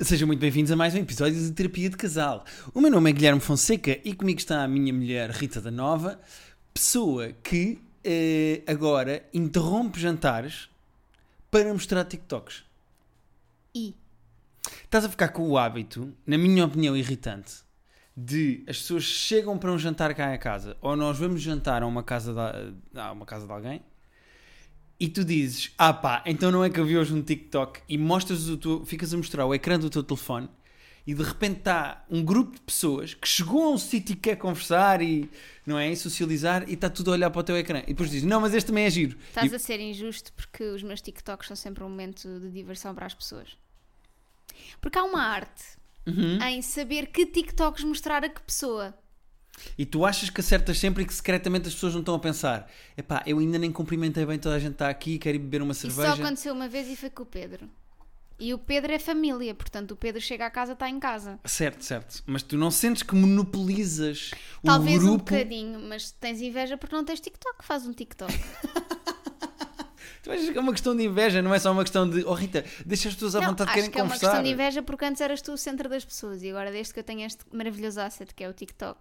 Sejam muito bem-vindos a mais um episódio de Terapia de Casal. O meu nome é Guilherme Fonseca e comigo está a minha mulher Rita da Nova, pessoa que eh, agora interrompe jantares para mostrar TikToks. E Estás a ficar com o hábito, na minha opinião irritante, de as pessoas chegam para um jantar cá em casa ou nós vamos jantar a uma casa de, a uma casa de alguém e tu dizes, ah pá, então não é que eu vi hoje no TikTok e mostras o teu, ficas a mostrar o ecrã do teu telefone e de repente está um grupo de pessoas que chegou a um sítio e quer conversar e, não é, e socializar e está tudo a olhar para o teu ecrã e depois dizes, não, mas este também é giro. E- estás a ser injusto porque os meus TikToks são sempre um momento de diversão para as pessoas. Porque há uma arte Uhum. em saber que TikToks mostrar a que pessoa. E tu achas que acertas sempre e que secretamente as pessoas não estão a pensar: epá, eu ainda nem cumprimentei bem, toda a gente está aqui, quero ir beber uma Isso cerveja. só aconteceu uma vez e foi com o Pedro. E o Pedro é família, portanto o Pedro chega à casa, está em casa. Certo, certo. Mas tu não sentes que monopolizas o Talvez um grupo. bocadinho, mas tens inveja porque não tens TikTok, faz um TikTok. tu achas que é uma questão de inveja, não é só uma questão de. Oh Rita, deixa as pessoas à não, vontade acho querem que é uma conversar. questão de inveja porque antes eras tu o centro das pessoas e agora desde que eu tenho este maravilhoso asset que é o TikTok,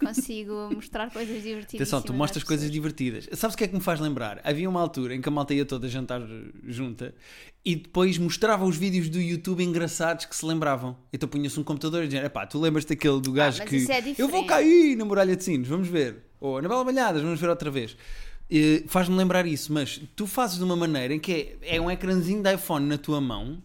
consigo mostrar coisas divertidas. Atenção, tu mostras é coisas divertidas. Sabes o que é que me faz lembrar? Havia uma altura em que a malta ia toda jantar junta e depois mostrava os vídeos do YouTube engraçados que se lembravam. Então punha-se um computador e dizia: epá, tu lembras-te daquele do gajo mas que. isso é Eu vou diferente." cair na Muralha de Sinos, vamos ver. Ou na Bela Malhadas, vamos ver outra vez. Eh, Faz-me lembrar isso, mas tu fazes de uma maneira em que é, é um ecrãzinho de iPhone na tua mão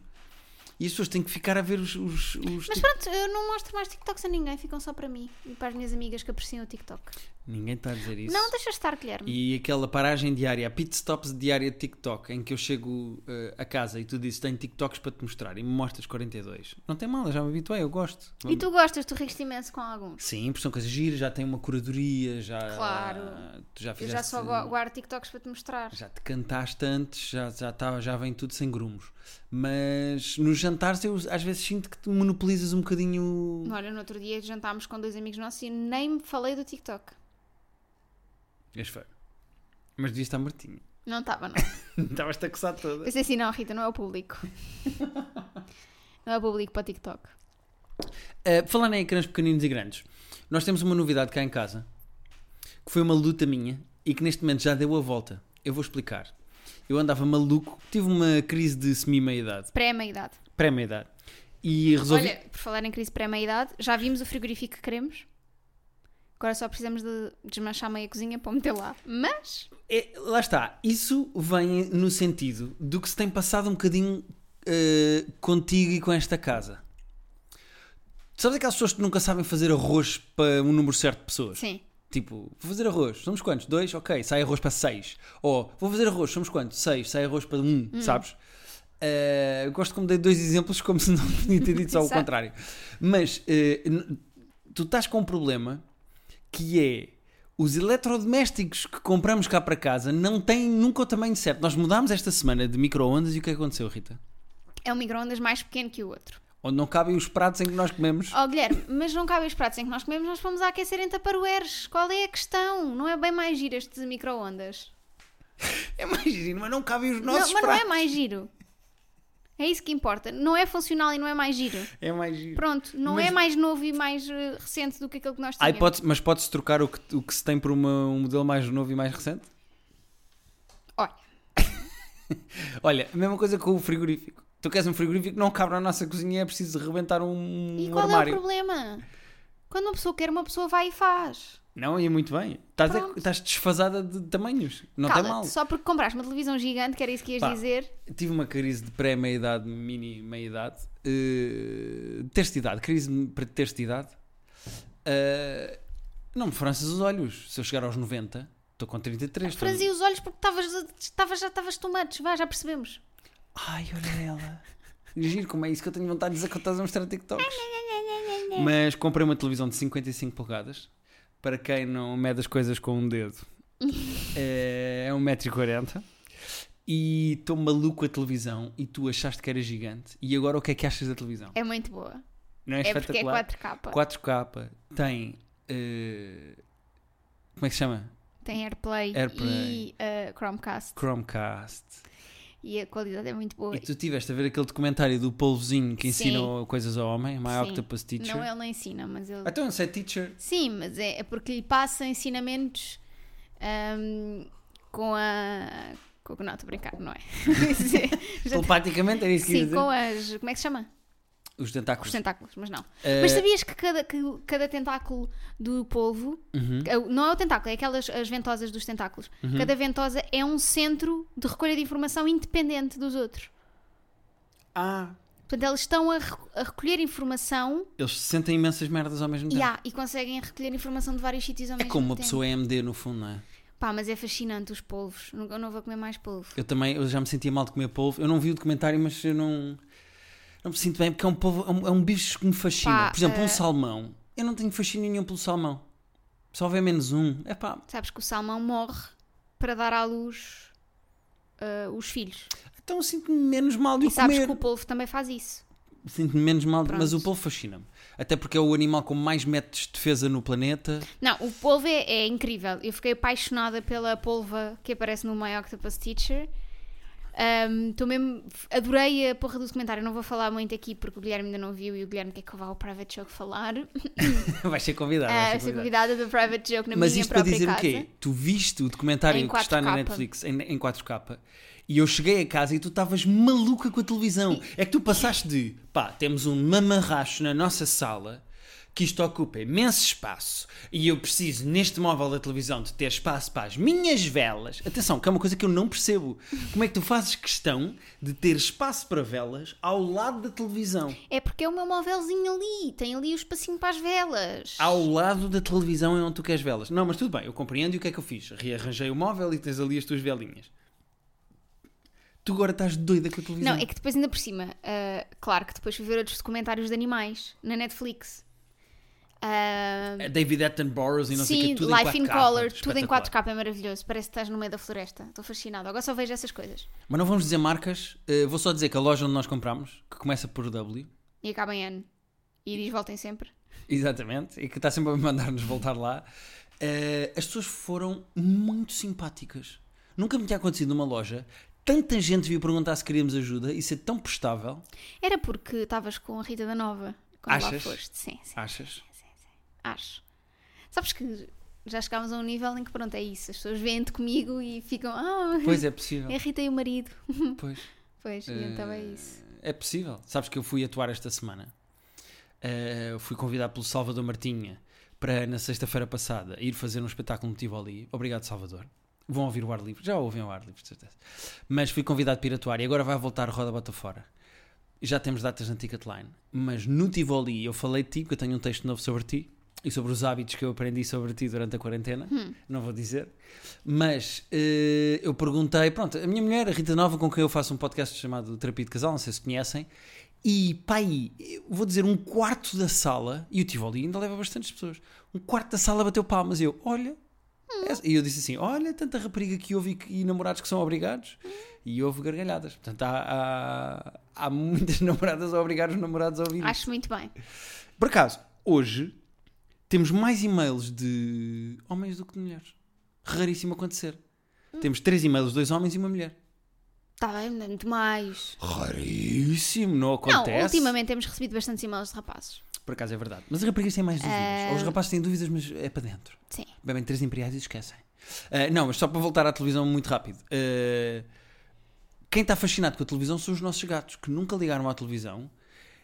e as pessoas têm que ficar a ver os. os- os Mas pronto, eu não mostro mais TikToks a ninguém, ficam só para mim e para as minhas amigas que apreciam o TikTok. Ninguém está a dizer isso. Não, deixa estar, Guilherme. E aquela paragem diária, a pit stops diária de TikTok, em que eu chego eh, a casa e tu dizes tenho TikToks para te mostrar e me mostras 42. Não tem mal, eu já me habituei, eu gosto. E, tu gostas, tu riste imenso com alguns. Sim, porque são coisas giras, já tem uma curadoria, já. Claro. Tu já Eu fizeste. já só go- guardo TikToks para te mostrar. já te cantaste antes, já, já, tá- já vem tudo sem grumos. Mas nos jantares eu às vezes sinto que te monopolizas um bocadinho. Olha, no outro dia jantámos com dois amigos nossos e nem me falei do TikTok. És feio. Mas devias estar martinho. Não estava, não. Estavas-te a coçar toda. Pensei assim, não, Rita, não é o público. não é o público para o TikTok. Uh, falando em ecrãs pequeninos e grandes, nós temos uma novidade cá em casa que foi uma luta minha e que neste momento já deu a volta. Eu vou explicar. Eu andava maluco, tive uma crise de semi-meia-idade, Pré-meia-idade. pré-meia-idade, e resolvi. Olha, por falar em crise pré-meia-idade, já vimos o frigorífico que queremos. Agora só precisamos de desmanchar meia cozinha para o meter lá. Mas... É, lá está, isso vem no sentido do que se tem passado um bocadinho eh, contigo e com esta casa. Sabes aquelas pessoas que nunca sabem fazer arroz para um número certo de pessoas? Sim. Tipo, vou fazer arroz, somos quantos? Dois? Ok, sai arroz para seis. Ou, vou fazer arroz, somos quantos? Seis, sai arroz para um, sabes? Eh, eu gosto como dei dois exemplos como se não tinha dito só o Exato. contrário. Mas eh, n- tu estás com um problema que é os eletrodomésticos que compramos cá para casa não têm nunca o tamanho certo. Nós mudámos esta semana de micro-ondas e o que é que aconteceu, Rita? É um micro-ondas mais pequeno que o outro. Onde não cabem os pratos em que nós comemos. Oh, Guilherme, mas não cabem os pratos em que nós comemos, nós fomos a aquecer em taparueres. Qual é a questão? Não é bem mais giro este micro-ondas? É mais giro, mas não cabem os Não, nossos mas não pratos. é mais giro. É isso que importa. Não é funcional e não é mais giro. É mais giro. Pronto, não é mais novo e mais eh, recente do que aquilo que nós Aí tínhamos. pode, mas pode-se trocar o que, o que se tem por uma- um modelo mais novo e mais recente? Olha, Olha, a mesma coisa com o frigorífico. Tu queres um frigorífico, não cabe na nossa cozinha, é preciso rebentar um, e um qual é o armário. problema? Quando uma pessoa quer, uma pessoa vai e faz. não, e é muito bem. Estás, a- Pronto. estás desfasada de tamanhos. Não tem mal. Cala-te, só porque compraste uma televisão gigante, que era isso que ias Pá. dizer. Tive uma crise de pré-meia-idade, mini-meia-idade. eh, Ter-te idade, crise para ter-te idade. Eh, não me franças os olhos. Se eu chegar aos 90, estou com 33. estou- Franzi os olhos porque estavas estavas- já estavas tomates, vá, já percebemos. Ai, olha ela. Giro, como é isso que eu tenho vontade de dizer quando estás a mostrar TikToks. Mas comprei uma televisão de 55 polegadas. Para quem não mede as coisas com um dedo, é 1,40m. E estou maluco com a televisão. E tu achaste que era gigante. E agora o que é que achas da televisão? É muito boa. Não é, É porque é espetacular? 4K. 4K. Tem. eh, como é que se chama? Tem AirPlay, AirPlay. e eh, Chromecast. Chromecast. e a qualidade é muito boa. E tu tiveste a ver aquele documentário do polvozinho que Sim. ensinou coisas ao homem, My Sim. Octopus Teacher. Não, ele não ensina, mas ele. Ah, Então, se é teacher, Sim, mas é, é porque lhe passa ensinamentos ahm, com a. Com... Não, estou a brincar, não é? Já- telepaticamente era isso que ia Sim, dizer. com as. Como é que se chama? Os tentáculos. Os tentáculos, mas não. Eh, Mas sabias que cada, que cada tentáculo do polvo. uhum. que- Não é o tentáculo, é aquelas as ventosas dos tentáculos. Cada ventosa é um centro de recolha de informação independente dos outros. Ah, Portanto, elas estão a, reco- a recolher informação eles sentem imensas merdas ao mesmo tempo. e, há- e conseguem recolher informação de vários sítios ao É mesmo como uma tempo. pessoa EMD no fundo, não é? Pá, mas é fascinante os polvos. Nunca- Eu não vou comer mais polvo. Eu também, eu já me sentia mal de comer polvo. Eu não vi o documentário, mas eu não, não me sinto bem porque é um, polvo, é um, é um bicho que me fascina. Pá, Por exemplo, eh, um salmão. Eu não tenho fascínio nenhum pelo salmão. Só vê menos um. É pá. Sabes que o salmão morre para dar à luz ah, os filhos. Então eu sinto-me menos mal de E o sabes comer. que o polvo também faz isso. Sinto-me menos mal, de- mas Pronto. o polvo fascina-me. Até porque é o animal com mais métodos de defesa no planeta. Não, o polvo é, é incrível. Eu fiquei apaixonada pela polva que aparece no My Octopus Teacher. Ahm, tô mesmo, adorei a porra do documentário. Não vou falar muito aqui porque o Guilherme ainda não viu e o Guilherme quer que eu vá ao Private Joke falar. Vai ser convidado. Ah, vai ser eu sou convidado. convidada do Private Joke na Mas minha isto para própria dizer casa. o quê? Tu viste o documentário Em que está na 4K. Netflix em, em 4K e eu cheguei a casa e tu estavas maluca com a televisão. É que tu passaste de pá, temos um mamarracho na nossa sala que isto ocupa imenso espaço e eu preciso neste móvel da televisão de ter espaço para as minhas velas. Atenção, que é uma coisa que eu não percebo. Como é que tu fazes questão de ter espaço para velas ao lado da televisão? É porque é o meu móvelzinho ali. Tem ali o espacinho para as velas. Ao lado da televisão é onde tu queres velas. Não, mas tudo bem, eu compreendo e o que é que eu fiz? Rearranjei o móvel e tens ali as tuas velinhas. Tu agora estás doida com a televisão. Não, é que depois, ainda por cima, ah, claro que depois fui ver outros documentários de animais na Netflix. Ah, David Attenborough e não sei o sim, que, tudo Life em in 4K. Color, tudo em Espetacular. 4K é maravilhoso. Parece que estás no meio da floresta. Estou fascinada. Agora só vejo essas coisas. Mas não vamos dizer marcas, eh, vou só dizer que a loja onde nós comprámos, que começa por W, E acaba em ano. E diz voltem sempre. exatamente, e que está sempre a mandar-nos voltar lá, eh, as pessoas foram muito simpáticas. Nunca me tinha acontecido numa loja tanta gente vir perguntar se queríamos ajuda e ser tão prestável. Era porque estavas com a Rita da Nova quando lá Achas? foste. Sim, sim, Achas? acho. Sabes que já chegámos a um nível em que, pronto, é isso. As pessoas vêm-te comigo e ficam. Ah, Pois é possível. é a Rita e o marido. Pois. Pois, e então é isso. É possível. Sabes que eu fui atuar esta semana. Eh, fui convidado pelo Salvador Martinha para, na sexta-feira passada, ir fazer um espetáculo no Tivoli. Obrigado, Salvador. Vão ouvir o ar livre. Já ouvem o ar livre, de certeza. Mas fui convidado para ir atuar e agora vai voltar Roda Bota Fora. Já temos datas na Ticketline. Mas no Tivoli eu falei de ti, porque eu tenho um texto novo sobre ti e sobre os hábitos que eu aprendi sobre ti durante a quarentena. Não vou dizer. Mas eh, eu perguntei, pronto, a minha mulher, a Rita Nova, com quem eu faço um podcast chamado Terapia de Casal, não sei se conhecem, e pai, eu vou dizer um quarto da sala, e o Tivoli ainda leva bastantes pessoas, um quarto da sala bateu palmas e eu, olha, essa- e eu disse assim, olha tanta rapariga que houve e que- e, namorados que são obrigados, e houve gargalhadas. Portanto, há, há, há muitas namoradas a obrigar os namorados a ouvir. Acho muito bem. Por acaso, hoje temos mais e-mails de homens do que de mulheres. Raríssimo acontecer. Hum. Temos três e-mails de dois homens e uma mulher. Está bem, não é muito mais. Raríssimo, não acontece. Não, ultimamente temos recebido bastantes e-mails de rapazes. Por acaso é verdade. Mas as raparigas têm mais dúvidas. Eh. Ou os rapazes têm dúvidas, mas é para dentro. Sim. Bebem três imperiais e esquecem. Ah, não, mas só para voltar à televisão muito rápido. Ah, quem está fascinado com a televisão são os nossos gatos, que nunca ligaram à televisão.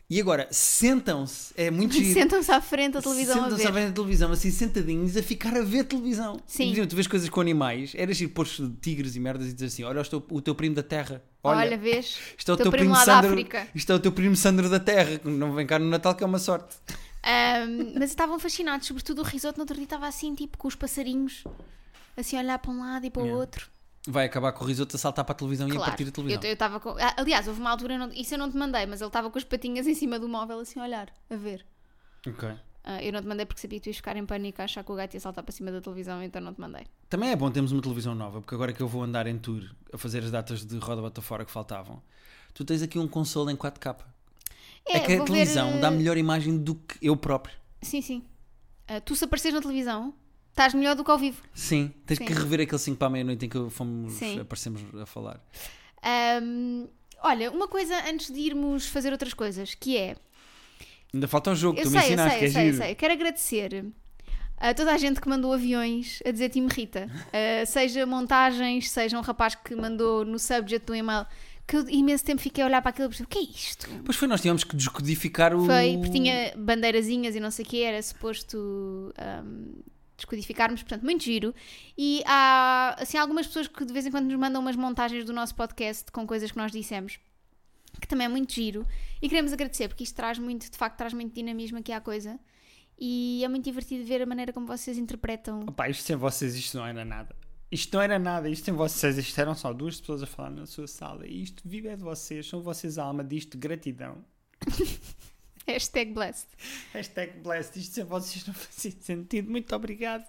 E agora sentam-se, é muito giro. Sentam-se à frente da televisão a Sentam-se à ver. frente da televisão, assim sentadinhos, a ficar a ver televisão. Sim. E, por exemplo, tu vês coisas com animais, eras ir pôr tigres e merdas e dizer assim: Olha, isto é o o teu primo da terra. Olha, Olha, vês? isto é o teu teu, primo, lá Sandro. da África. Isto é o teu primo Sandro da terra, que não vem cá no Natal, que é uma sorte. Ahm, mas estavam fascinados, sobretudo o risoto no outro dia estava assim, tipo, com os passarinhos, assim, a olhar para um lado e para o Yeah. outro. Vai acabar com o risoto a saltar para a televisão e a claro. partir da televisão. Eu eu estava com. Ah, Aliás, houve uma altura, eu não- isso eu não te mandei, mas ele estava com as patinhas em cima do móvel, assim, a olhar, a ver. Ok. Ah, eu não te mandei porque sabia que tu ias ficar em pânico a achar que o gato ia saltar para cima da televisão, então não te mandei. Também é bom termos uma televisão nova, porque agora é que eu vou andar em tour a fazer as datas de Roda Bota Fora que faltavam, tu tens aqui um console em 4K. É, que a vou ver, televisão dá eh, melhor imagem do que eu próprio. Sim, sim. Ah, tu se apareceres na televisão, estás melhor do que ao vivo. Sim, tens Sim. que rever aquele 5 para a meia-noite em que fomos, Sim. aparecemos a falar. Ahm, olha, uma coisa antes de irmos fazer outras coisas, que é. Ainda falta um jogo, que Eu tu me sei, eu ensinaste, sei, que é eu sei, eu giro. sei. Eu quero agradecer a toda a gente que mandou aviões a dizer Time Rita. Ah, seja montagens, seja um rapaz que mandou no subject do e-mail. Que eu imenso tempo fiquei a olhar para aquilo e pensei, o que é isto? Pois foi, nós tínhamos que descodificar o. Foi, porque tinha bandeirazinhas e não sei o que, era suposto ahm, descodificarmos, portanto, muito giro. E há, assim, algumas pessoas que de vez em quando nos mandam umas montagens do nosso podcast com coisas que nós dissemos, que também é muito giro. E queremos agradecer, porque isto traz muito, de facto, traz muito dinamismo aqui à coisa. E é muito divertido ver a maneira como vocês interpretam. Opa, isto sem vocês, isto não era nada. Isto não era nada, isto sem vocês, isto eram só duas pessoas a falar na sua sala. E isto vive é de vocês, são vocês a alma disto, gratidão. Hashtag blessed. Hashtag blessed, isto sem vocês não fazia sentido. Muito obrigado.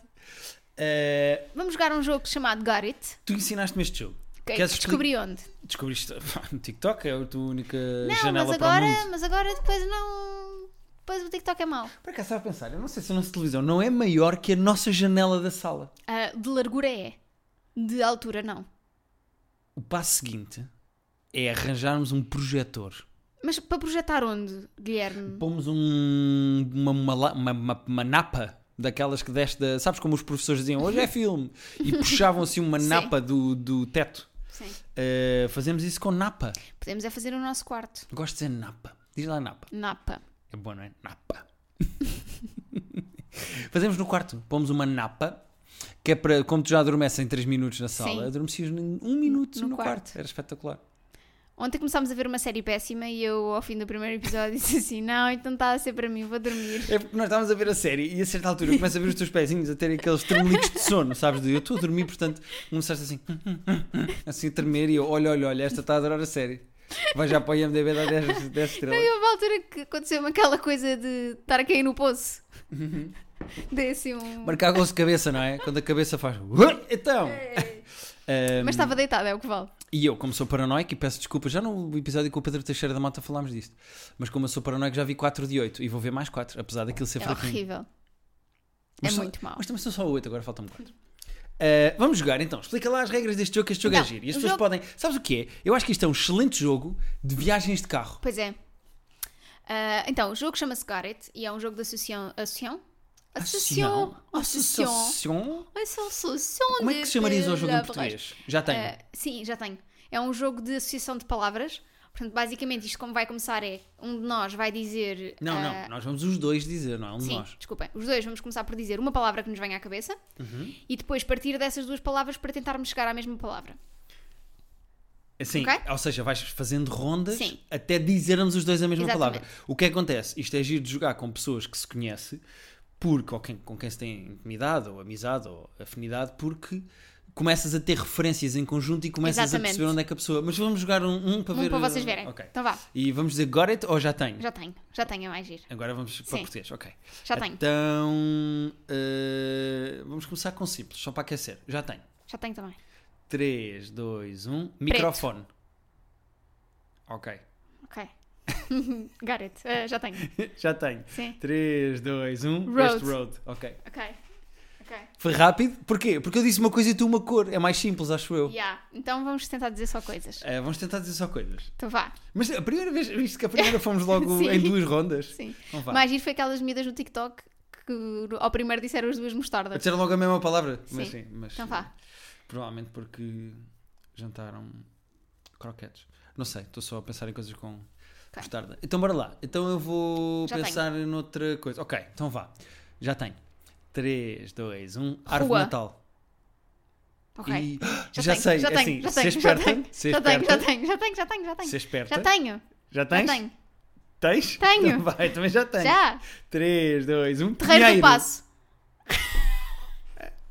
Eh, Vamos jogar um jogo chamado Got It, tu ensinaste-me este jogo. que, que Queres descobri onde. Descobriste pá, no TikTok, é a tua única Não, janela mas para agora, o mundo. mas agora depois não. Depois o TikTok é mau. Por acaso estava a pensar, eu não sei se a nossa televisão não é maior que a nossa janela da sala. Ah, de largura é. De altura, não. O passo seguinte é arranjarmos um projetor. Mas para projetar onde, Guilherme? Pomos um- uma, uma, la- uma, uma- uma napa daquelas que deste. da- sabes como os professores diziam hoje é filme? E puxavam assim uma Sim. napa do, do teto. Sim. Uh, fazemos isso com napa. Podemos é fazer o nosso quarto. Gosto de dizer napa. Diz lá napa. Napa. É bom, não é? Napa. fazemos no quarto. Pomos uma napa. Que é para, como tu já adormeces em 3 minutos na sala, Sim. adormecias em 1 minuto No no, quarto. quarto. Era espetacular. Ontem começámos a ver uma série péssima e eu, ao fim do primeiro episódio, disse assim: Não, então está a ser para mim, vou dormir. É porque nós estávamos a ver a série e a certa altura eu começo a ver os teus pezinhos a terem aqueles tremelicos de sono, sabes? De eu estou a dormir, portanto, começaste assim, assim a tremer e eu, olha, olha, olha, esta está a adorar a série. Vai já para o IMDB dar 10, 10 Não, estrelas. e houve uma altura que aconteceu-me aquela coisa de estar a cair no poço. Uhum. Dei assim um. Marcar gosto de cabeça, não é? Quando a cabeça faz. "Ué, Então! Ahm, Mas estava deitada, é o que vale. E eu, como sou paranoico, e peço desculpa, já no episódio com o Pedro Teixeira da Mota falámos disto, mas como eu sou paranoico, já vi 4 de 8 e vou ver mais 4, apesar daquilo ser É fraquinho. horrível. Mas é só- muito mau. Mas também são só 8, agora faltam-me 4. vamos jogar então, explica lá as regras deste jogo que este jogo Então, é giro. E o as pessoas jogo- podem. Sabes o que é? Eu acho que isto é um excelente jogo de viagens de carro. Pois é. Ah, então, o jogo chama-se Got It e é um jogo de associação. Associação? Associação. Associação. Associação. Associação Como é de que chamarias o jogo em palavras. português? Já tenho. Ah, sim, já tenho. É um jogo de associação de palavras. Portanto, basicamente, isto como vai começar é um de nós vai dizer. não, ah, não, nós vamos os dois dizer, não é um de Sim, nós. desculpem. Os dois vamos começar por dizer uma palavra que nos venha à cabeça Uhum. e depois partir dessas duas palavras para tentarmos chegar à mesma palavra. Sim, Ok? Assim, ou seja, vais fazendo rondas Sim. até dizermos os dois a mesma Exatamente. palavra. O que é que acontece? Isto é giro de jogar com pessoas que se conhece, porque, ou quem- com quem se tem intimidade, ou amizade, ou afinidade, porque começas a ter referências em conjunto e começas a Exatamente. perceber onde é que a pessoa. Mas vamos jogar um, um para Um ver. para vocês verem. Ok. Então vá, E vamos dizer got it ou já tenho? já tenho. Já tenho, é mais giro. Agora vamos para Sim. português, ok. Já tenho. Então. eh, vamos começar com simples, só para aquecer. Já tenho. Já tenho também. 3, 2, 1. Microfone. Ok. Ok. Got it. Ah, já tenho. Já tenho. Sim. 3, 2, 1. Road. West um. Road. Ok. Ok. Ok. Foi rápido. Porquê? Porque eu disse uma coisa e tu uma cor. É mais simples, acho eu. Yeah. Então vamos tentar dizer só coisas. Eh, vamos tentar dizer só coisas. Então vá. Mas a primeira vez, visto que a primeira fomos logo Sim. em duas rondas. Sim. Então vá. Mais giro foi aquelas medidas no TikTok que ao primeiro disseram as duas mostardas. Disseram logo a mesma palavra. Mas Sim. sim. Mas, Então vá. Provavelmente porque jantaram croquetes. Não sei, estou só a pensar em coisas com Ok. mostarda. Então bora lá. Então eu vou Já pensar noutra coisa. Ok, então vá. Já tenho. 3, 2, 1. Árvore Rua. Natal. Ok. E... Já, tenho, sei, já é assim, tenho, já ser tenho, já esperta, tenho, ser já tenho, já esperta, tenho, já tenho, já tenho, já tenho. ser esperta. Já tenho, Já já tens? tenho. Tens? Tenho. Então vai, também já tenho. Já. 3, 2, 1. Terreiro do pinheiro. Passo.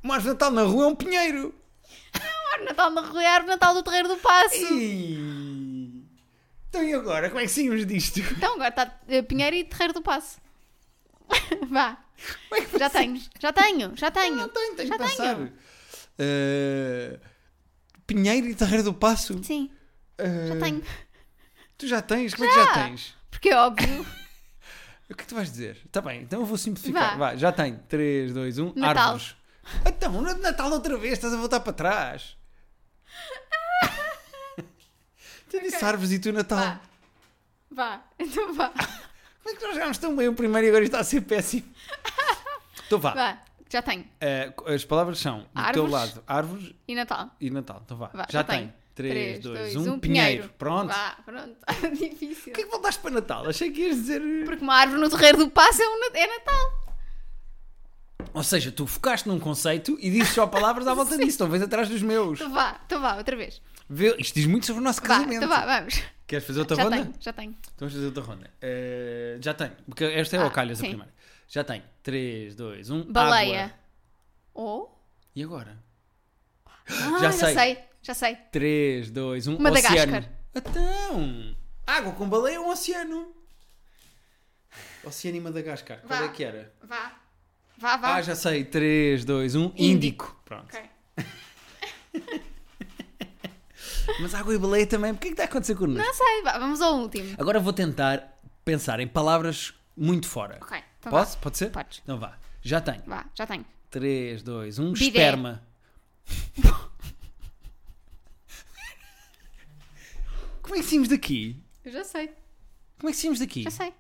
Uma árvore Natal na rua é um pinheiro. Ora, Natal na Rua, árvore Natal do Terreiro do Passo. Ih. Então e agora? Como é que saímos disto? Então agora está eh, Pinheiro e Terreiro do Passo. Vá. Como é que Já tenho, já tenho, já Não tenho. tenho, tenho Já que pensar. tenho. Eh, Pinheiro e Terreiro do Passo. Sim, Eh, já tenho. Tu já tens? Como é que já Já. tens? Porque é óbvio. O que é que tu vais dizer? Está bem, então eu vou simplificar. Vá. Vá, já tenho. 3, 2, 1. Natal. Árvores. Então, não é de Natal outra vez, estás a voltar para trás. Tu disse árvores e tu Natal. Vá. Vá. Então vá. Como é que nós jogámos tão bem o primeiro e agora está a ser péssimo? Então vá. Vá. Já tenho. Eh, as palavras são, do teu Árvores. lado, árvores E Natal? e Natal. Então vá. Vá, já já tem. tenho. 3, Três, 2, dois, 1. um, Pinheiro. pinheiro. Pronto. Vá. Pronto. Difícil. O que é que voltaste para Natal? Achei que ias dizer. Porque uma árvore no terreiro do passo é, um Nat- é Natal. Ou seja, tu focaste num conceito e dizes só palavras à volta disso. Não vens atrás dos meus. Então vá. Então vá. Outra vez. Vê, isto diz muito sobre o nosso Vá. casamento. Então vá. Vamos. Queres fazer outra já ronda? tenho. Já tenho. Então vamos fazer outra ronda. Eh, já tenho. Porque esta é Ah, o calhas a sim. primeira. Já tenho. 3, 2, 1. Baleia. Água. Ou? E agora? Ah, Já já, sei. sei. Já sei. 3, 2, 1. Madagascar. Oceano. Então. Água com baleia ou oceano? Oceano e Madagascar. Qual Vá. é que era? Vá. Vá, vá. Ah, já sei. 3, 2, 1. Índico. Pronto. Ok. Mas água e baleia também. Porquê que está a acontecer connosco? Não sei. Vá. Vamos ao último. Agora vou tentar pensar em palavras muito fora. Ok. Então vá. Posso? Pode ser? Podes. Então vá. Já tenho. Vá. Já tenho. 3, 2, 1. Bidé. Esperma. Como é que saímos daqui? Eu já sei. Como é que saímos daqui? Já sei.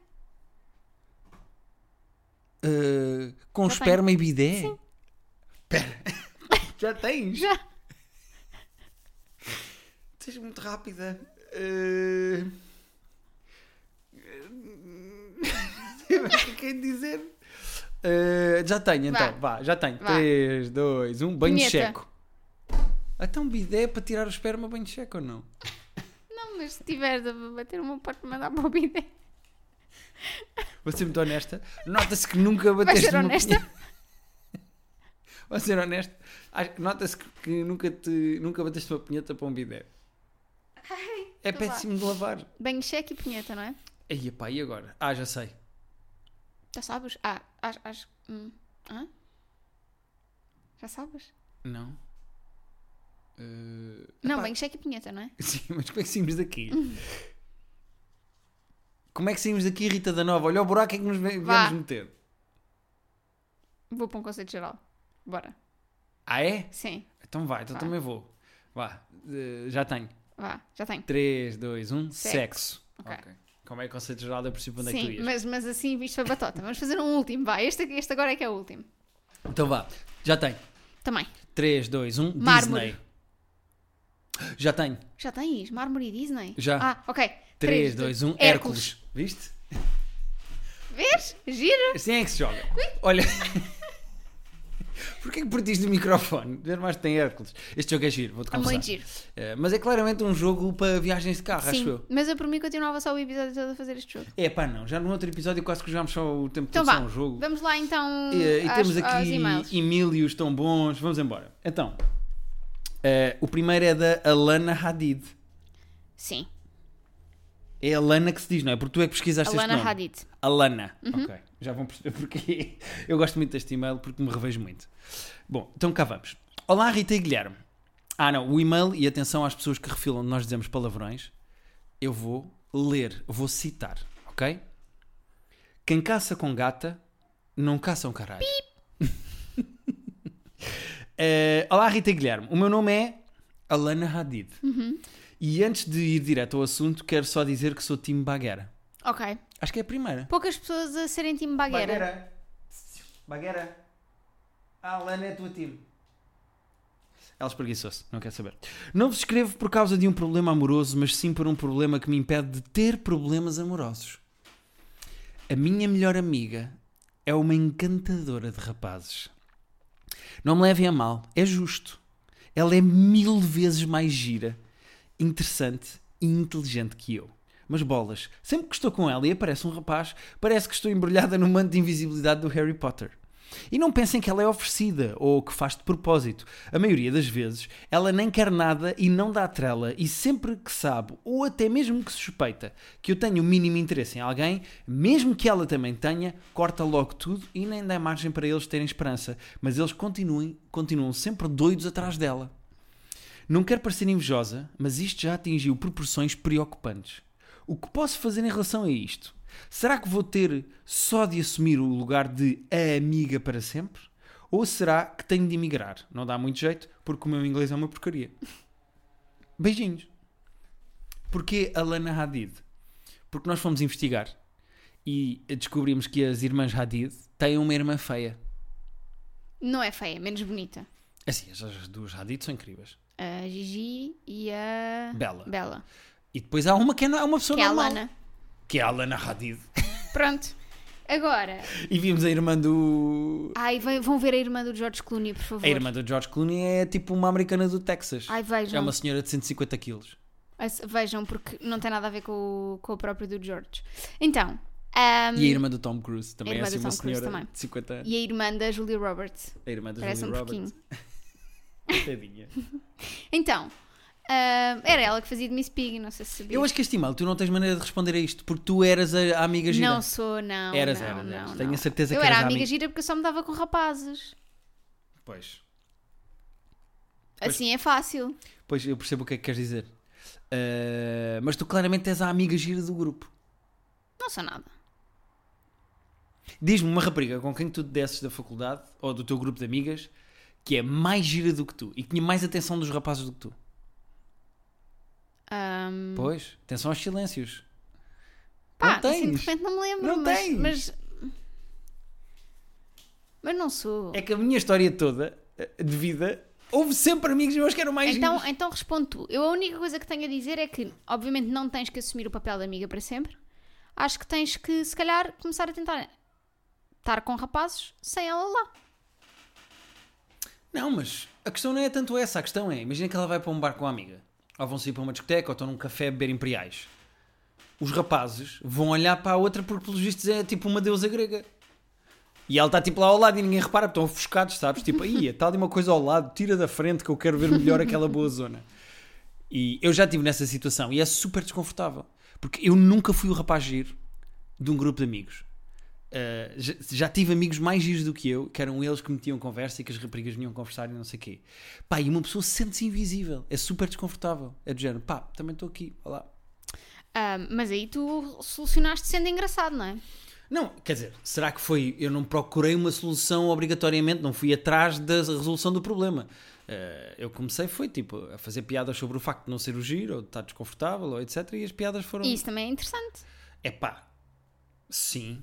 Uh, com Já esperma e bidé? Sim. Pera. Já tens? Já. Tu és muito rápida. Uh... eh, Quem dizer? Uh, já tenho, então. Vá, já tenho. Vá. 3, 2, 1. Banho Punheta. checo. Então, bidé para tirar o esperma, banho checo ou não? Não, mas se tiver de bater uma parte, mandar para o bidé. Vou ser muito honesta. Nota-se que nunca Vais bateste. ser numa honesta? punheta. Vou ser honesto. Acho- Nota-se que, que nunca, te, nunca bateste uma punheta para um bidé. É então vá. péssimo de lavar. Banho cheque e punheta, não é? Aí, pá, e agora? Ah, já sei. Já sabes? Ah, acho. acho hum. Hã? Já sabes? Não. Eh, Não, epá, banho cheque e punheta, não é? Sim, mas como é que saímos daqui? Uhum. como é que saímos daqui, Rita da Nova? Olha o buraco em que nos ve- Vá. viemos meter. Vou para um conceito geral. Bora. Ah, é? Sim. Então vai, então Vá. também vou. Vá, eh, já tenho. Vá, já tenho. 3, 2, 1, sexo. Sexo. Ok. Ok. Como é que conceito geral eu percebo onde é que tu Sim, ias? mas, mas assim, visto a batota. Vamos fazer um último, vá. Este, este agora é que é o último. Então vá, já tenho. Também. 3, 2, 1, Mármore. Disney. Já tenho. Já tens? Mármore e Disney? Já. Ah, ok. 3, 2, Três, dois, 1, Hércules. Viste? Vês? Giro? Assim é que se joga. Olha. Porquê que partiste do microfone? Ver mais que tem Hércules. Este jogo é giro, vou-te É confessar. muito giro. Eh, mas é claramente um jogo para viagens de carro, acho Sim, eu. mas eu por mim continuava só o episódio todo a fazer este jogo. É pá, não. Já no outro episódio quase que jogámos só o tempo Então todo vá, só um jogo. vamos lá então Eh, e às- temos aos e-mails. aqui Emílios tão bons. Vamos embora. Então, eh, o primeiro é da Alana Hadid. Sim, É Alana que se diz, não é? Porque tu é que pesquisaste este Alana nome. Hadid. Alana. Ok. Já vão perceber porque eu gosto muito deste e-mail porque me revejo muito. Bom, então cá vamos. Olá, Rita e Guilherme. Ah, não, o e-mail e atenção às pessoas que refilam, nós dizemos palavrões. Eu vou ler, vou citar, ok? Quem caça com gata, não caça um caralho. Eh, olá, Rita e Guilherme. O meu nome é Alana Hadid. E antes de ir direto ao assunto, quero só dizer que sou time Baguera. Ok. Acho que é a primeira. Poucas pessoas a serem time bagueira. Bagueira. Bagueira. Ah, Alana é tua time. Ela espreguiçou-se, não quer saber. Não vos escrevo por causa de um problema amoroso, mas sim por um problema que me impede de ter problemas amorosos. A minha melhor amiga é uma encantadora de rapazes. Não me levem a mal, é justo. Ela é mil vezes mais gira, interessante e inteligente que eu. Mas bolas, sempre que estou com ela e aparece um rapaz, parece que estou embrulhada no manto de invisibilidade do Harry Potter. E não pensem que ela é oferecida ou que faz de propósito. A maioria das vezes, ela nem quer nada e não dá trela, e sempre que sabe, ou até mesmo que suspeita, que eu tenho o mínimo interesse em alguém, mesmo que ela também tenha, corta logo tudo e nem dá margem para eles terem esperança. Mas eles continuem, continuam sempre doidos atrás dela. Não quero parecer invejosa, mas isto já atingiu proporções preocupantes. O que posso fazer em relação a isto? Será que vou ter só de assumir o lugar de a amiga para sempre? Ou será que tenho de emigrar? Não dá muito jeito, porque o meu inglês é uma porcaria. Beijinhos. Porquê a Lana Hadid? Porque nós fomos investigar e descobrimos que as irmãs Hadid têm uma irmã feia. Não é feia, é menos bonita. Assim, as- as duas Hadid são incríveis. A Gigi e a Bela. Bela. E depois há uma que é na- uma pessoa Que é a normal. Lana. Que é a Lana Hadid. Pronto. Agora. E vimos a irmã do... Ai, vem- vão ver a irmã do George Clooney, por favor. A irmã do George Clooney é tipo uma americana do Texas. Ai, É vejam. uma senhora de 150 quilos. As- Vejam, porque não tem nada a ver com o, com o próprio do George. Então. ahm, E a irmã do Tom Cruise também é irmã assim do uma Tom Cruise senhora também. de 50 anos. e a irmã da Julia Roberts. A irmã do Parece Julia um Roberts. porquinho. Tadinha. Então. ahm, era ela que fazia de Miss Pig, não sei se sabia. Eu acho que este mal, tu não tens maneira de responder a isto, porque tu eras a, a amiga É gira. Não sou, não. Eras, não, eras, não, eras. não. Tenho a certeza Eu que era eras a amiga amiga- gira porque eu só me dava com rapazes. Pois. Pois. Assim é fácil. Pois, eu percebo o que é que queres dizer. Ah, mas tu claramente és a amiga gira do grupo. Não sou nada. Diz-me uma rapariga com quem tu te desses da faculdade ou do teu grupo de amigas que é mais gira do que tu e que tinha mais atenção dos rapazes do que tu. Ahm, Pois, atenção aos silêncios. pá, não tens. assim de repente não me lembro. Não mas, tens. Mas, mas não sou. É que a minha história toda eh, de vida houve sempre amigos meus que eram mais Então, giros. então respondo tu. Eu a única coisa que tenho a dizer é que, obviamente, não tens que assumir o papel de amiga para sempre. Acho que tens que, se calhar, começar a tentar estar com rapazes sem ela lá. Não, mas a questão não é tanto essa. A questão é: imagina que ela vai para um bar com a amiga, ou vão sair para uma discoteca, ou estão num café a beber imperiais. Os rapazes vão olhar para a outra porque, pelos vistos, é tipo uma deusa grega. E ela está tipo lá ao lado e ninguém repara, porque estão ofuscados, sabes? Tipo, aí, está ali uma coisa ao lado, tira da frente que eu quero ver melhor aquela boa zona. E eu já estive nessa situação e é super desconfortável. Porque eu nunca fui o rapaz giro de um grupo de amigos. Uh, já, já tive amigos mais giros do que eu, que eram eles que metiam conversa e que as raparigas vinham conversar e não sei o quê. Pá, e uma pessoa sente-se invisível. É super desconfortável. É do género, pá, também estou aqui, olá. Ah, mas aí tu solucionaste sendo engraçado, não é? Não, quer dizer, será que foi. Eu não procurei uma solução obrigatoriamente, não fui atrás da resolução do problema. Eh, eu comecei, foi tipo, a fazer piadas sobre o facto de não ser o giro, ou de estar desconfortável, ou etc. E as piadas foram. E isso também é interessante. É pá, sim,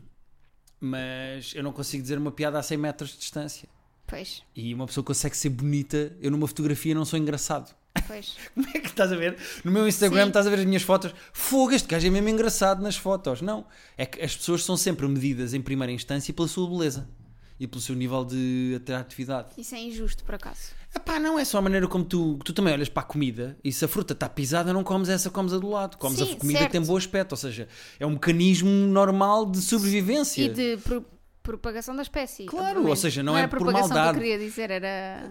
mas eu não consigo dizer uma piada a 100 metros de distância. Pois, E uma pessoa consegue ser bonita, eu numa fotografia não sou engraçado. pois. Como é que estás a ver? No meu Instagram Sim. estás a ver as minhas fotos. Fogo, este gajo é mesmo engraçado nas fotos. Não. É que as pessoas são sempre medidas em primeira instância pela sua beleza e pelo seu nível de atratividade. Isso é injusto, por acaso. Epá, não é só a maneira como tu, tu também olhas para a comida e se a fruta está pisada, não comes essa, comes a do lado. Comes a Sim, comida que tem certo. bom aspecto. Ou seja, é um mecanismo normal de sobrevivência. E de pro- propagação da espécie. Claro, obviamente. ou seja, não é era por propagação maldade. que eu queria dizer, era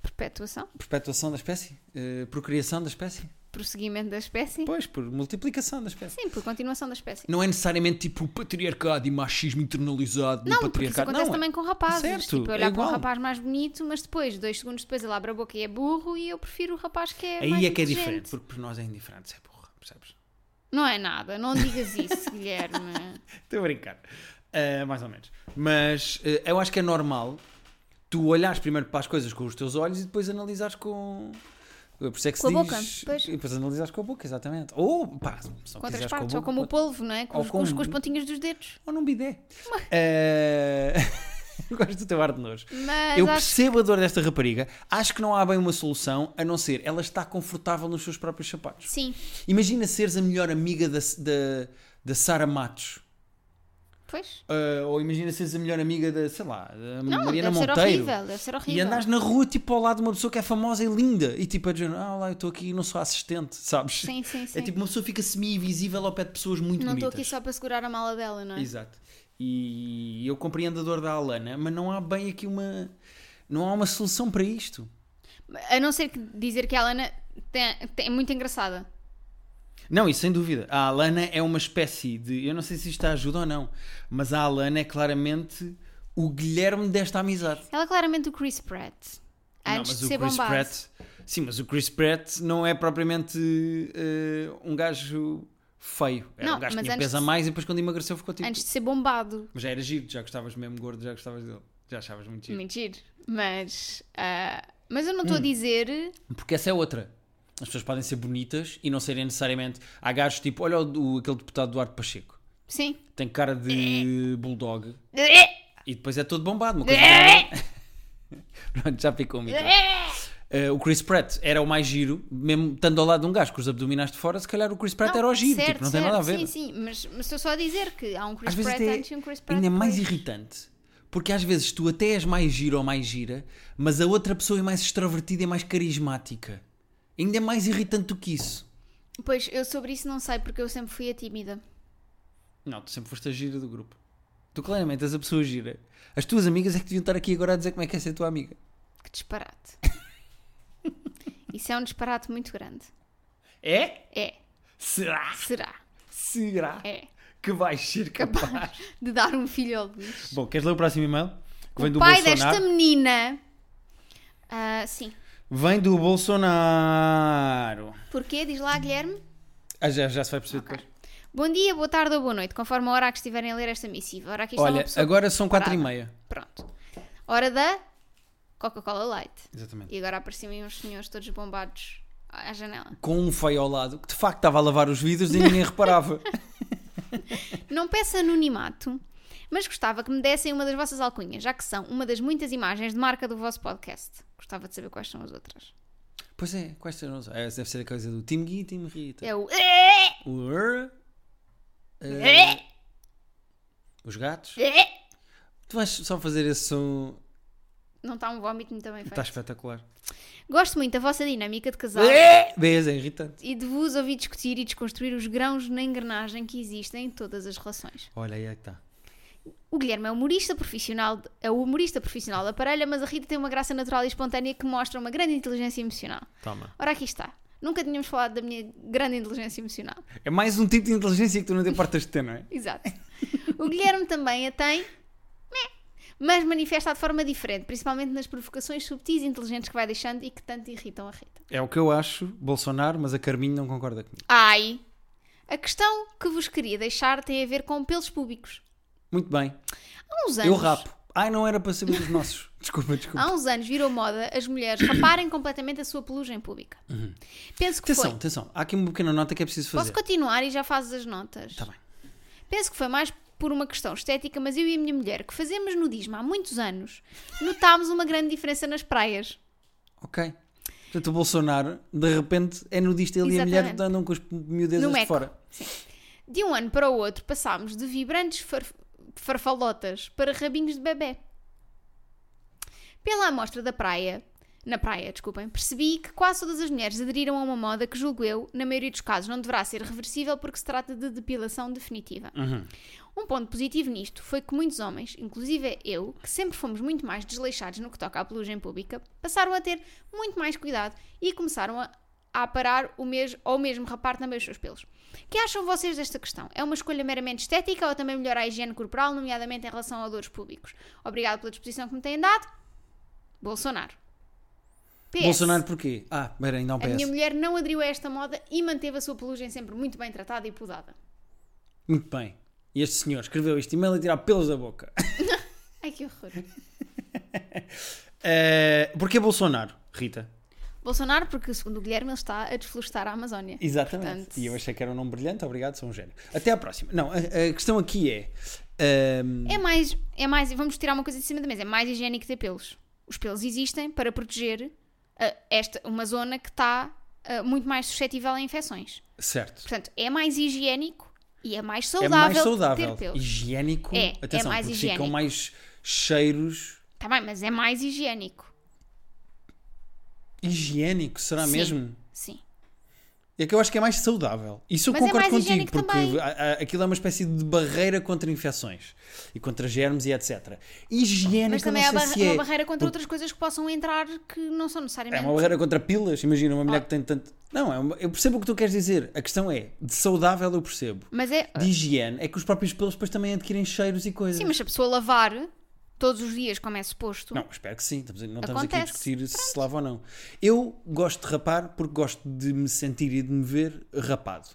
perpetuação, Perpetuação da espécie? Eh, procriação da espécie? prosseguimento da espécie. Pois, por multiplicação da espécie. Sim, por continuação da espécie. Não é necessariamente tipo patriarcado e machismo internalizado do Não, porque isso patriarcado. acontece não, é- também com rapazes. Certo, tipo, é eu olhar para igual. um rapaz mais bonito, mas depois, dois segundos depois, ele abre a boca e é burro, e eu prefiro o rapaz que é. mais Aí é que é inteligente. diferente, porque por nós é indiferente, se é burra, percebes? Não é nada, não digas isso, Guilherme. Estou a brincar. Ah, mais ou menos. Mas eh, eu acho que é normal tu olhares primeiro para as coisas com os teus olhos e depois analisares com. Por isso é que Com se a diz. boca, pois. E depois analisares com a boca, exatamente. Ou, pá, se não Com outras quiseres partes, com a ou boca, como o polvo, não é? Com, Ou os, com os- com- um- com as pontinhas dos dedos. Ou num bidé. Eh, Gosto do teu ar de nojo. Mas Eu acho percebo a dor desta rapariga, acho que não há bem uma solução a não ser ela está confortável nos seus próprios sapatos. Sim, Imagina seres a melhor amiga da, da, da Sara Matos. pois. Ah, ou imagina seres a melhor amiga da, sei lá, da Não, Mariana deve Monteiro. ser horrível, deve ser horrível. E andas na rua, tipo, ao lado de uma pessoa que é famosa e linda. E tipo, a dizer, ah, lá, eu estou aqui e não sou assistente, sabes? Sim, sim, sim. É tipo, uma pessoa fica semi-invisível ao pé de pessoas muito não estou bonitas. aqui só para segurar a mala dela, não é? Exato. E eu compreendo a dor da Alana, mas não há bem aqui uma... Não há uma solução para isto. A não ser que dizer que a Alana tem- tem- é muito engraçada. Não, isso sem dúvida. A Alana é uma espécie de. Eu não sei se isto ajuda ou não, mas a Alana é claramente o Guilherme desta amizade. Ela é claramente o Chris Pratt. Não, Antes mas de o ser Chris bombado. Pratt. Sim, mas o Chris Pratt não é propriamente eh, um gajo feio. Era Não, um gajo que mas tinha antes peso a de- mais e depois quando emagreceu ficou tipo. Antes de ser bombado. Mas já era giro, já gostavas mesmo gordo, já gostavas dele. Já achavas muito giro. Hum. Mentira. Mas, ah, mas eu não estou a dizer. Porque essa é outra. As pessoas podem ser bonitas e não serem necessariamente. Há gajos tipo, olha o, o- aquele deputado Duarte Pacheco. Sim. Tem cara É. de bulldog e depois é todo bombado. Uma coisa É! Pronto, já picou o micro. Eh, o Chris Pratt era o mais giro, mesmo estando ao lado de um gajo com os abdominais de fora, se calhar o Chris Pratt era o giro, tipo, não tem nada a ver. Sim, sim, mas, mas estou só a dizer que há um Chris Às vezes Pratt até antes e um Chris Pratt ainda é mais depois. irritante, porque às vezes tu até és mais giro ou mais gira, mas a outra pessoa é mais extrovertida e mais carismática. Ainda é mais irritante do que isso. Pois, eu sobre isso não sei, porque eu sempre fui a tímida. Não, tu sempre foste a gira do grupo. Tu claramente és a pessoa gira. As tuas amigas é que deviam estar aqui agora a dizer como é que é ser tua amiga. Que disparate. isso é um disparate muito grande. É? É, Será? será, Será é. que vais ser capaz? De dar um filho ao Luís. Bom, queres ler o próximo e-mail? Que vem o do pai Bolsonaro. desta menina. Ah, sim. Vem do Bolsonaro. Porquê? Diz lá, Guilherme. Ah, já, já se vai perceber depois. Bom dia, boa tarde ou boa noite, conforme a hora a que estiverem a ler esta missiva. Ora, aqui está é uma Olha, pessoa... agora são quatro e preparada. meia. Pronto. Hora da Coca-Cola Light. Exatamente. E agora apareciam aí uns senhores todos bombados à janela. Com um feio ao lado, que de facto estava a lavar os vidros e ninguém reparava. Não peço anonimato, mas gostava que me dessem uma das vossas alcunhas, já que são uma das muitas imagens de marca do vosso podcast. Gostava de saber quais são as outras. pois é, quais serão? as- É, deve ser a coisa do Tim Gui e Tim Rita. É o... O Er, Eh, os gatos. É. Tu vais só fazer esse som. Não está um vómito muito bem feito. Está espetacular. Gosto muito da vossa dinâmica de casal. Vês, é irritante. e de vos ouvir discutir e desconstruir os grãos na engrenagem que existem em todas as relações. Olha, aí é que está. O Guilherme é humorista profissional, é o humorista profissional da parelha, mas a Rita tem uma graça natural e espontânea que mostra uma grande inteligência emocional. Toma. Ora, aqui está. Nunca tínhamos falado da minha grande inteligência emocional. É mais um tipo de inteligência que tu não te importas de ter, não é? Exato. O Guilherme também a tem, meh, mas manifesta de forma diferente, principalmente nas provocações subtis e inteligentes que vai deixando e que tanto irritam a Rita. É o que eu acho, Bolsonaro, mas a Carminho não concorda comigo. Ai! A questão que vos queria deixar tem a ver com pelos públicos. Muito bem. Há uns anos. Eu rapo. Ai, não era para saber dos nossos. Desculpa, desculpa. Há uns anos virou moda as mulheres raparem completamente a sua pelugem pública. Penso que Uhum. Atenção, foi. atenção. Há aqui uma pequena nota que é preciso Posso fazer. continuar e já fazes as notas. Está Tá bem. Penso que foi mais por uma questão estética, mas eu e a minha mulher, que fazemos nudismo há muitos anos, notámos uma grande diferença nas praias. Ok. Portanto, o Bolsonaro, de repente, é nudista. Ele e a mulher Exatamente. andam com as No miudezas de meco. fora. De um ano para o outro, passámos de vibrantes farf- farfalotas para rabinhos de bebê. Pela amostra da praia, na praia, desculpem, percebi que quase todas as mulheres aderiram a uma moda que julgo eu, na maioria dos casos, não deverá ser reversível porque se trata de depilação definitiva. Um ponto positivo nisto foi que muitos homens, inclusive eu, que sempre fomos muito mais desleixados no que toca à pelugem pública, passaram a ter muito mais cuidado e começaram a, a parar o mesmo, ou mesmo rapar também os seus pelos. que acham vocês desta questão? É uma escolha meramente estética ou também melhorar a higiene corporal, nomeadamente em relação a odores públicos? Obrigado pela disposição que me têm dado. Bolsonaro. PS. Bolsonaro porquê? Ah, pera, ainda há um A minha PS. mulher não aderiu a esta moda e manteve a sua pelugem sempre muito bem tratada e podada. Muito bem. E este senhor escreveu este e-mail a tirar pelos da boca. Ai que horror. Eh, porquê Bolsonaro, Rita? Bolsonaro, porque segundo o Guilherme, ele está a desflorestar a Amazónia. Exatamente. Portanto- E eu achei que era um nome brilhante. Obrigado, sou um gênio. Até à próxima. Não, a, a questão aqui é... ehm, É mais, é mais, e vamos tirar uma coisa de cima da mesa, é mais higiênico ter pelos. Os pelos existem para proteger ah, esta, uma zona que está ah, muito mais suscetível a infecções. certo. Portanto, é mais higiênico e é mais é saudável, mais saudável, ter pelos. higiênico. É, é Atenção, mais porque higiénico. ficam mais cheiros. Tá bem, mas é mais higiênico. Higiênico, será Sim. Ah, mesmo? Sim. É que eu acho que é mais saudável. Isso eu Mas é concordo mais contigo, higiênico porque também. a- a- aquilo é uma espécie de barreira contra infecções e contra germes e etc. Mas Higiênico, eu também não é sei uma se é. barreira contra outras coisas que possam entrar que não são É necessariamente. uma barreira contra pilas. Imagina uma mulher Ah. que tem tanto. Não, é uma- eu percebo o que tu queres dizer. A questão é, de saudável eu percebo. Mas é. De higiene, é que os próprios pelos depois também adquirem cheiros e coisas. Sim, mas se a pessoa lavar todos os dias, como é suposto, Não, espero que sim. Estamos- não estamos aqui a Acontece. discutir se se lava ou não. Eu gosto de rapar porque gosto de me sentir e de me ver rapado.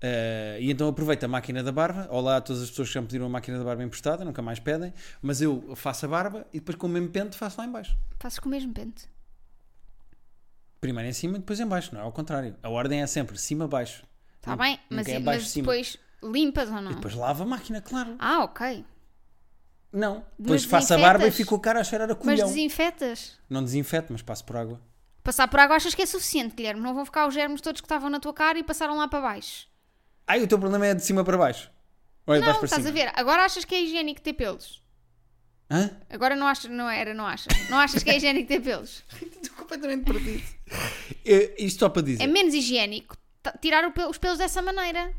Ah, e então aproveito a máquina da barba. Olá a todas as pessoas que já me pediram a máquina da barba emprestada, nunca mais pedem. Mas eu faço a barba e depois com o mesmo pente faço lá em baixo. fazes com o mesmo pente. Primeiro em cima e depois em baixo, não é ao contrário. A ordem é sempre cima-baixo. Está Tá bem, um mas, é mas depois limpas ou não? E depois lava a máquina, claro. Ah, ok. Não. Depois Mas faço a barba e desinfetas? fico o cara a cheirar a Mas colhão. desinfetas. Não desinfeto, mas passo por água. Passar por água achas que é suficiente, Guilherme? Não vão ficar os germes todos que estavam na tua cara e passaram lá para baixo. Ai, o teu problema é de cima para baixo. Ou é de Não, baixo para estás cima? a ver. Agora achas que é higiênico ter pelos. Hã? Agora não achas, não era, não achas. Não achas que é higiênico ter pelos. Estou completamente perdido. É, isto só para dizer É menos higiênico t- tirar o pel- os pelos dessa maneira.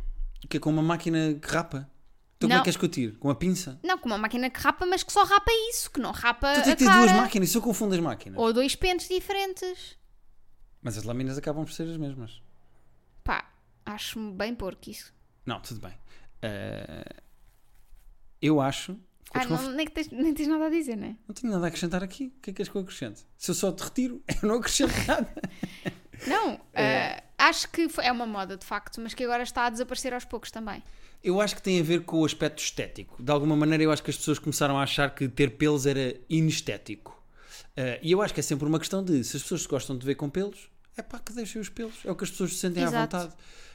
que é com uma máquina que rapa. Então como é Não. que és que eu tiro? Com uma pinça? Não, com uma máquina que rapa, mas que só rapa isso, que não rapa Tu Ah, a tens de ter duas cara. máquinas, isso eu confundo as máquinas. Ou dois pentes diferentes. Mas as lâminas acabam por ser as mesmas. Pá, acho-me bem porco isso. Não, tudo bem. Eh, eu acho. que Ah, vou- não, nem, que tens, nem tens nada a dizer, não é? Não tenho nada a acrescentar aqui. O que é que és que eu acrescento? Se eu só te retiro, eu não acrescento nada. Não, É. ah, acho que foi- é uma moda de facto, mas que agora está a desaparecer aos poucos também. Eu acho que tem a ver com o aspecto estético. De alguma maneira, eu acho que as pessoas começaram a achar que ter pelos era inestético. Ah, e eu acho que é sempre uma questão de se as pessoas se gostam de ver com pelos, é pá, que deixem os pelos. É o que as pessoas se sentem à Exato. vontade.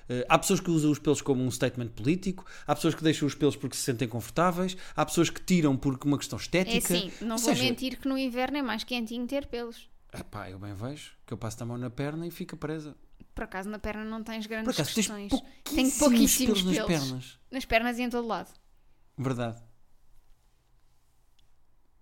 Ah, há pessoas que usam os pelos como um statement político, há pessoas que deixam os pelos porque se sentem confortáveis, há pessoas que tiram porque uma questão É estética. assim, não Ou vou seja, mentir que no inverno é mais quentinho ter pelos. É pá, eu bem vejo que eu passo a mão na perna e fica presa. Por acaso na perna não tens Por grandes acaso, tens questões. pouquíssimos, Tenho pouquíssimos pelos, pelos. nas pernas. Nas pernas e em todo lado. Verdade.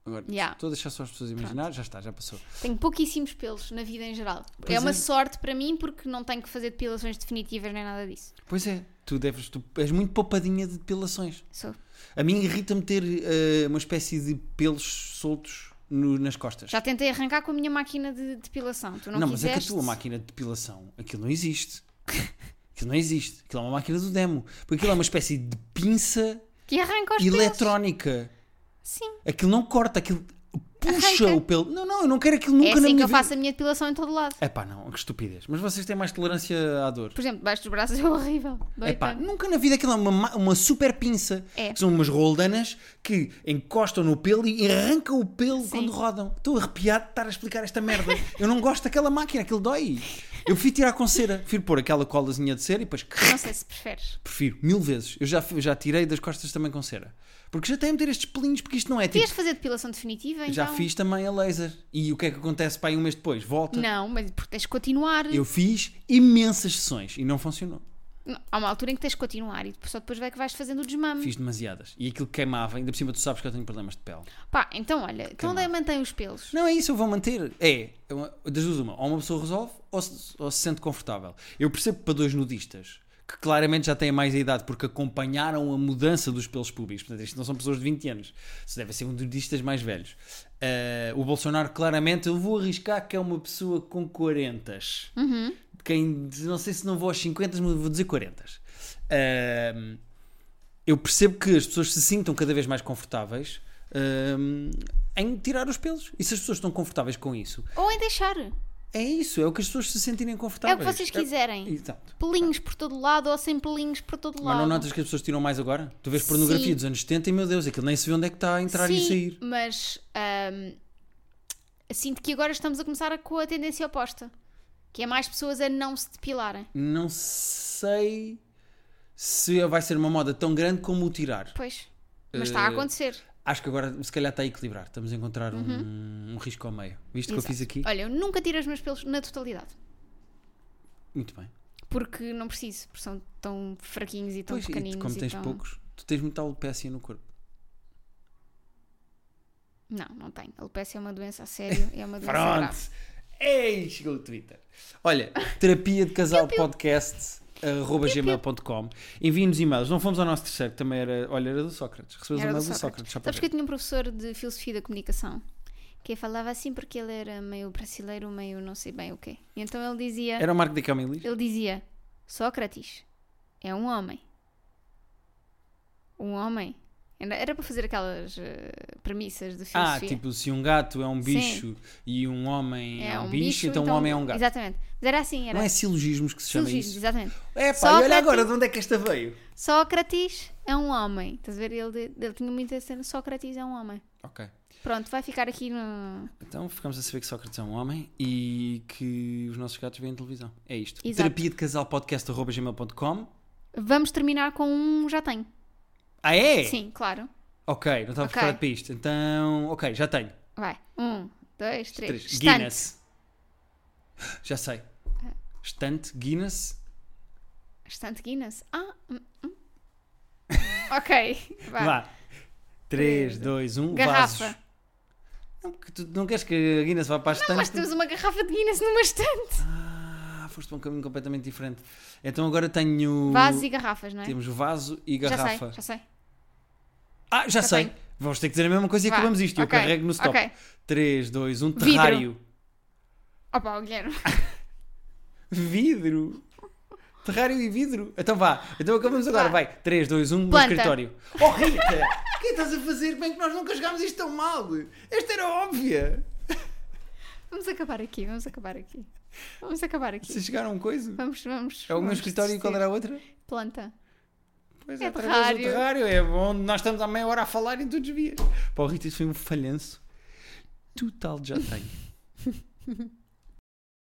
Agora, Yeah. estou a deixar só as pessoas imaginar. Já está, já passou. Tenho pouquíssimos pelos na vida em geral. Pois é uma é. sorte para mim porque não tenho que fazer depilações definitivas nem nada disso. Pois é, tu, deves, tu és muito poupadinha de depilações. Sou. A mim irrita-me ter eh, uma espécie de pelos soltos no- nas costas. Já tentei arrancar com a minha máquina de depilação. Tu não, não, mas é que a quiseste. tua máquina de depilação, aquilo não existe. Aquilo não existe. Aquilo é uma máquina do demo. Porque aquilo é uma espécie de pinça Que arranca os pelos. eletrónica. Sim. Aquilo não corta, aquilo puxa Arranca. o pelo. Não, não, eu não quero aquilo nunca é na assim que minha eu vida. faço a minha depilação em todo lado. Epá, não, que estupidez. Mas vocês têm mais tolerância à dor. Por exemplo, debaixo dos braços é horrível. Dói Epá, tanto. nunca na vida aquilo é uma, ma- uma super pinça. É. Que são umas roldanas que encostam no pelo e arrancam o pelo quando rodam. Estou arrepiado de estar a explicar esta merda. Eu não gosto daquela máquina, aquilo dói. Eu prefiro tirar com cera. Prefiro pôr aquela colazinha de cera e depois. Não sei se preferes. Prefiro, mil vezes. Eu já, já tirei das costas também com cera. Porque já tenho a meter estes pelinhos, porque isto não é tipo. Querias fazer depilação definitiva? Então? Já fiz também a laser. E o que é que acontece para aí um mês depois? Volta. Não, mas porque tens de continuar. Eu fiz imensas sessões e não funcionou. Não, Há uma altura em que tens de continuar e só depois vai que vais fazendo o desmame. Fiz demasiadas. E aquilo queimava, ainda por cima tu sabes que eu tenho problemas de pele. Pá, então olha, então daí mantém os pelos. Não é isso, eu vou manter. É, é uma- das duas uma. Ou uma pessoa resolve ou se, ou se sente confortável. Eu percebo que para dois nudistas que claramente já têm mais a idade porque acompanharam a mudança dos pelos públicos. Portanto, isto não são pessoas de 20 anos. Se devem ser nudistas mais velhos. Ah, o Bolsonaro, claramente, eu vou arriscar que é uma pessoa com 40. De Quem, não sei se não vou aos 50, mas vou dizer 40. Ah, eu percebo que as pessoas se sintam cada vez mais confortáveis hum, em tirar os pelos. E se as pessoas estão confortáveis com isso, Ou em deixar. é isso, é o que as pessoas se sentirem É o confortáveis. que vocês quiserem. Exato. Pelinhos por todo lado ou sem pelinhos por todo Mas lado. não notas que as pessoas tiram mais agora? Tu vês pornografia Sim. dos anos 70 e meu Deus, aquilo nem se vê onde é que está a entrar e Sim, sair. Mas ahm, sinto que agora estamos a começar a- com a tendência oposta. Que é mais pessoas a não se depilarem. Não sei se vai ser uma moda tão grande como o tirar. Pois. Mas está a Eh, acontecer. Acho que agora se calhar está a equilibrar. Estamos a encontrar um, um risco ao meio. Viste o que eu Uhum. Exato. fiz aqui? Olha, eu nunca tiro os meus pelos na totalidade. Muito bem. Porque não preciso, porque são tão fraquinhos e tão Pois, e pequeninos. tu, como e tens tão- poucos, tu tens muita alopécia no corpo. Não, não tenho. Alopecia é uma doença a sério. É uma doença grave. Pronto. É Ei, chegou o Twitter. Olha, terapia de casal podcast arroba gmail.com enviem-nos e-mails, não fomos ao nosso terceiro que também era, olha, era do Sócrates recebemos o Era e-mail do do Sócrates, Sócrates. só para Sabes que eu ver. tinha um professor de filosofia da comunicação que falava assim porque ele era meio brasileiro, meio não sei bem o quê. E então ele dizia, era o Marco de Camilis ele dizia, Sócrates é um homem. Um homem. Era, era para fazer aquelas eh, premissas de filosofia. ah, tipo, se um gato é um bicho e um homem é, um, bicho, então um homem é um gato Exatamente. Mas era assim, era não é silogismos que se chama silogismos, isso exatamente. é pá, e Sócrates- olha agora de onde é que esta veio Sócrates é um homem. Estás a ver? Ele, ele tinha muita cena, Sócrates é um homem. ok Pronto, vai ficar aqui no. Então ficamos a saber que Sócrates é um homem e que os nossos gatos veem televisão. É isto. Exato. Terapia de casal podcast arroba gmail.com. Vamos terminar com um já tenho. Ah, é? Sim, claro. Ok, não estava Ok. preparado para isto. Então, ok, já tenho. Vai. Um, dois, três. Três. Estante. Guinness. Já sei. Estante, Guinness. Estante Guinness. Ah, hum, hum. ok. Vá. Vá. 3, 2, 1. Garrafa. Vasos. Não, porque tu não queres que a Guinness vá para a estante? Mas temos uma garrafa de Guinness numa estante. Ah, foste para um caminho completamente diferente. Então agora tenho. Vasos e garrafas, não é? Temos vaso e já garrafa. sei, já sei. Ah, já, Já sei. tenho. Vamos ter é que dizer a mesma coisa e Vá. acabamos isto. Eu Ok, carrego no stop. ok. 3, 2, 1. Vidro. Terrário. Opa, o Guilherme. Vidro. Terrário e vidro. Então vá. Então acabamos agora. Vá. Vai. 3, 2, 1. Planta. No escritório. Oh, Rita! O que estás a fazer? Bem que nós nunca jogámos isto tão mal. Esta era óbvia. Vamos acabar aqui, vamos acabar aqui. Vamos acabar aqui. Vocês chegaram a uma coisa? Vamos, vamos. É o meu vamos escritório e qual desistir. era a outra? Planta. Pois É outra vez o terrário. terrário. É onde nós estamos há meia hora a falar e tu desvias. Pá, Rita, isso foi um falhanço. Total já tenho.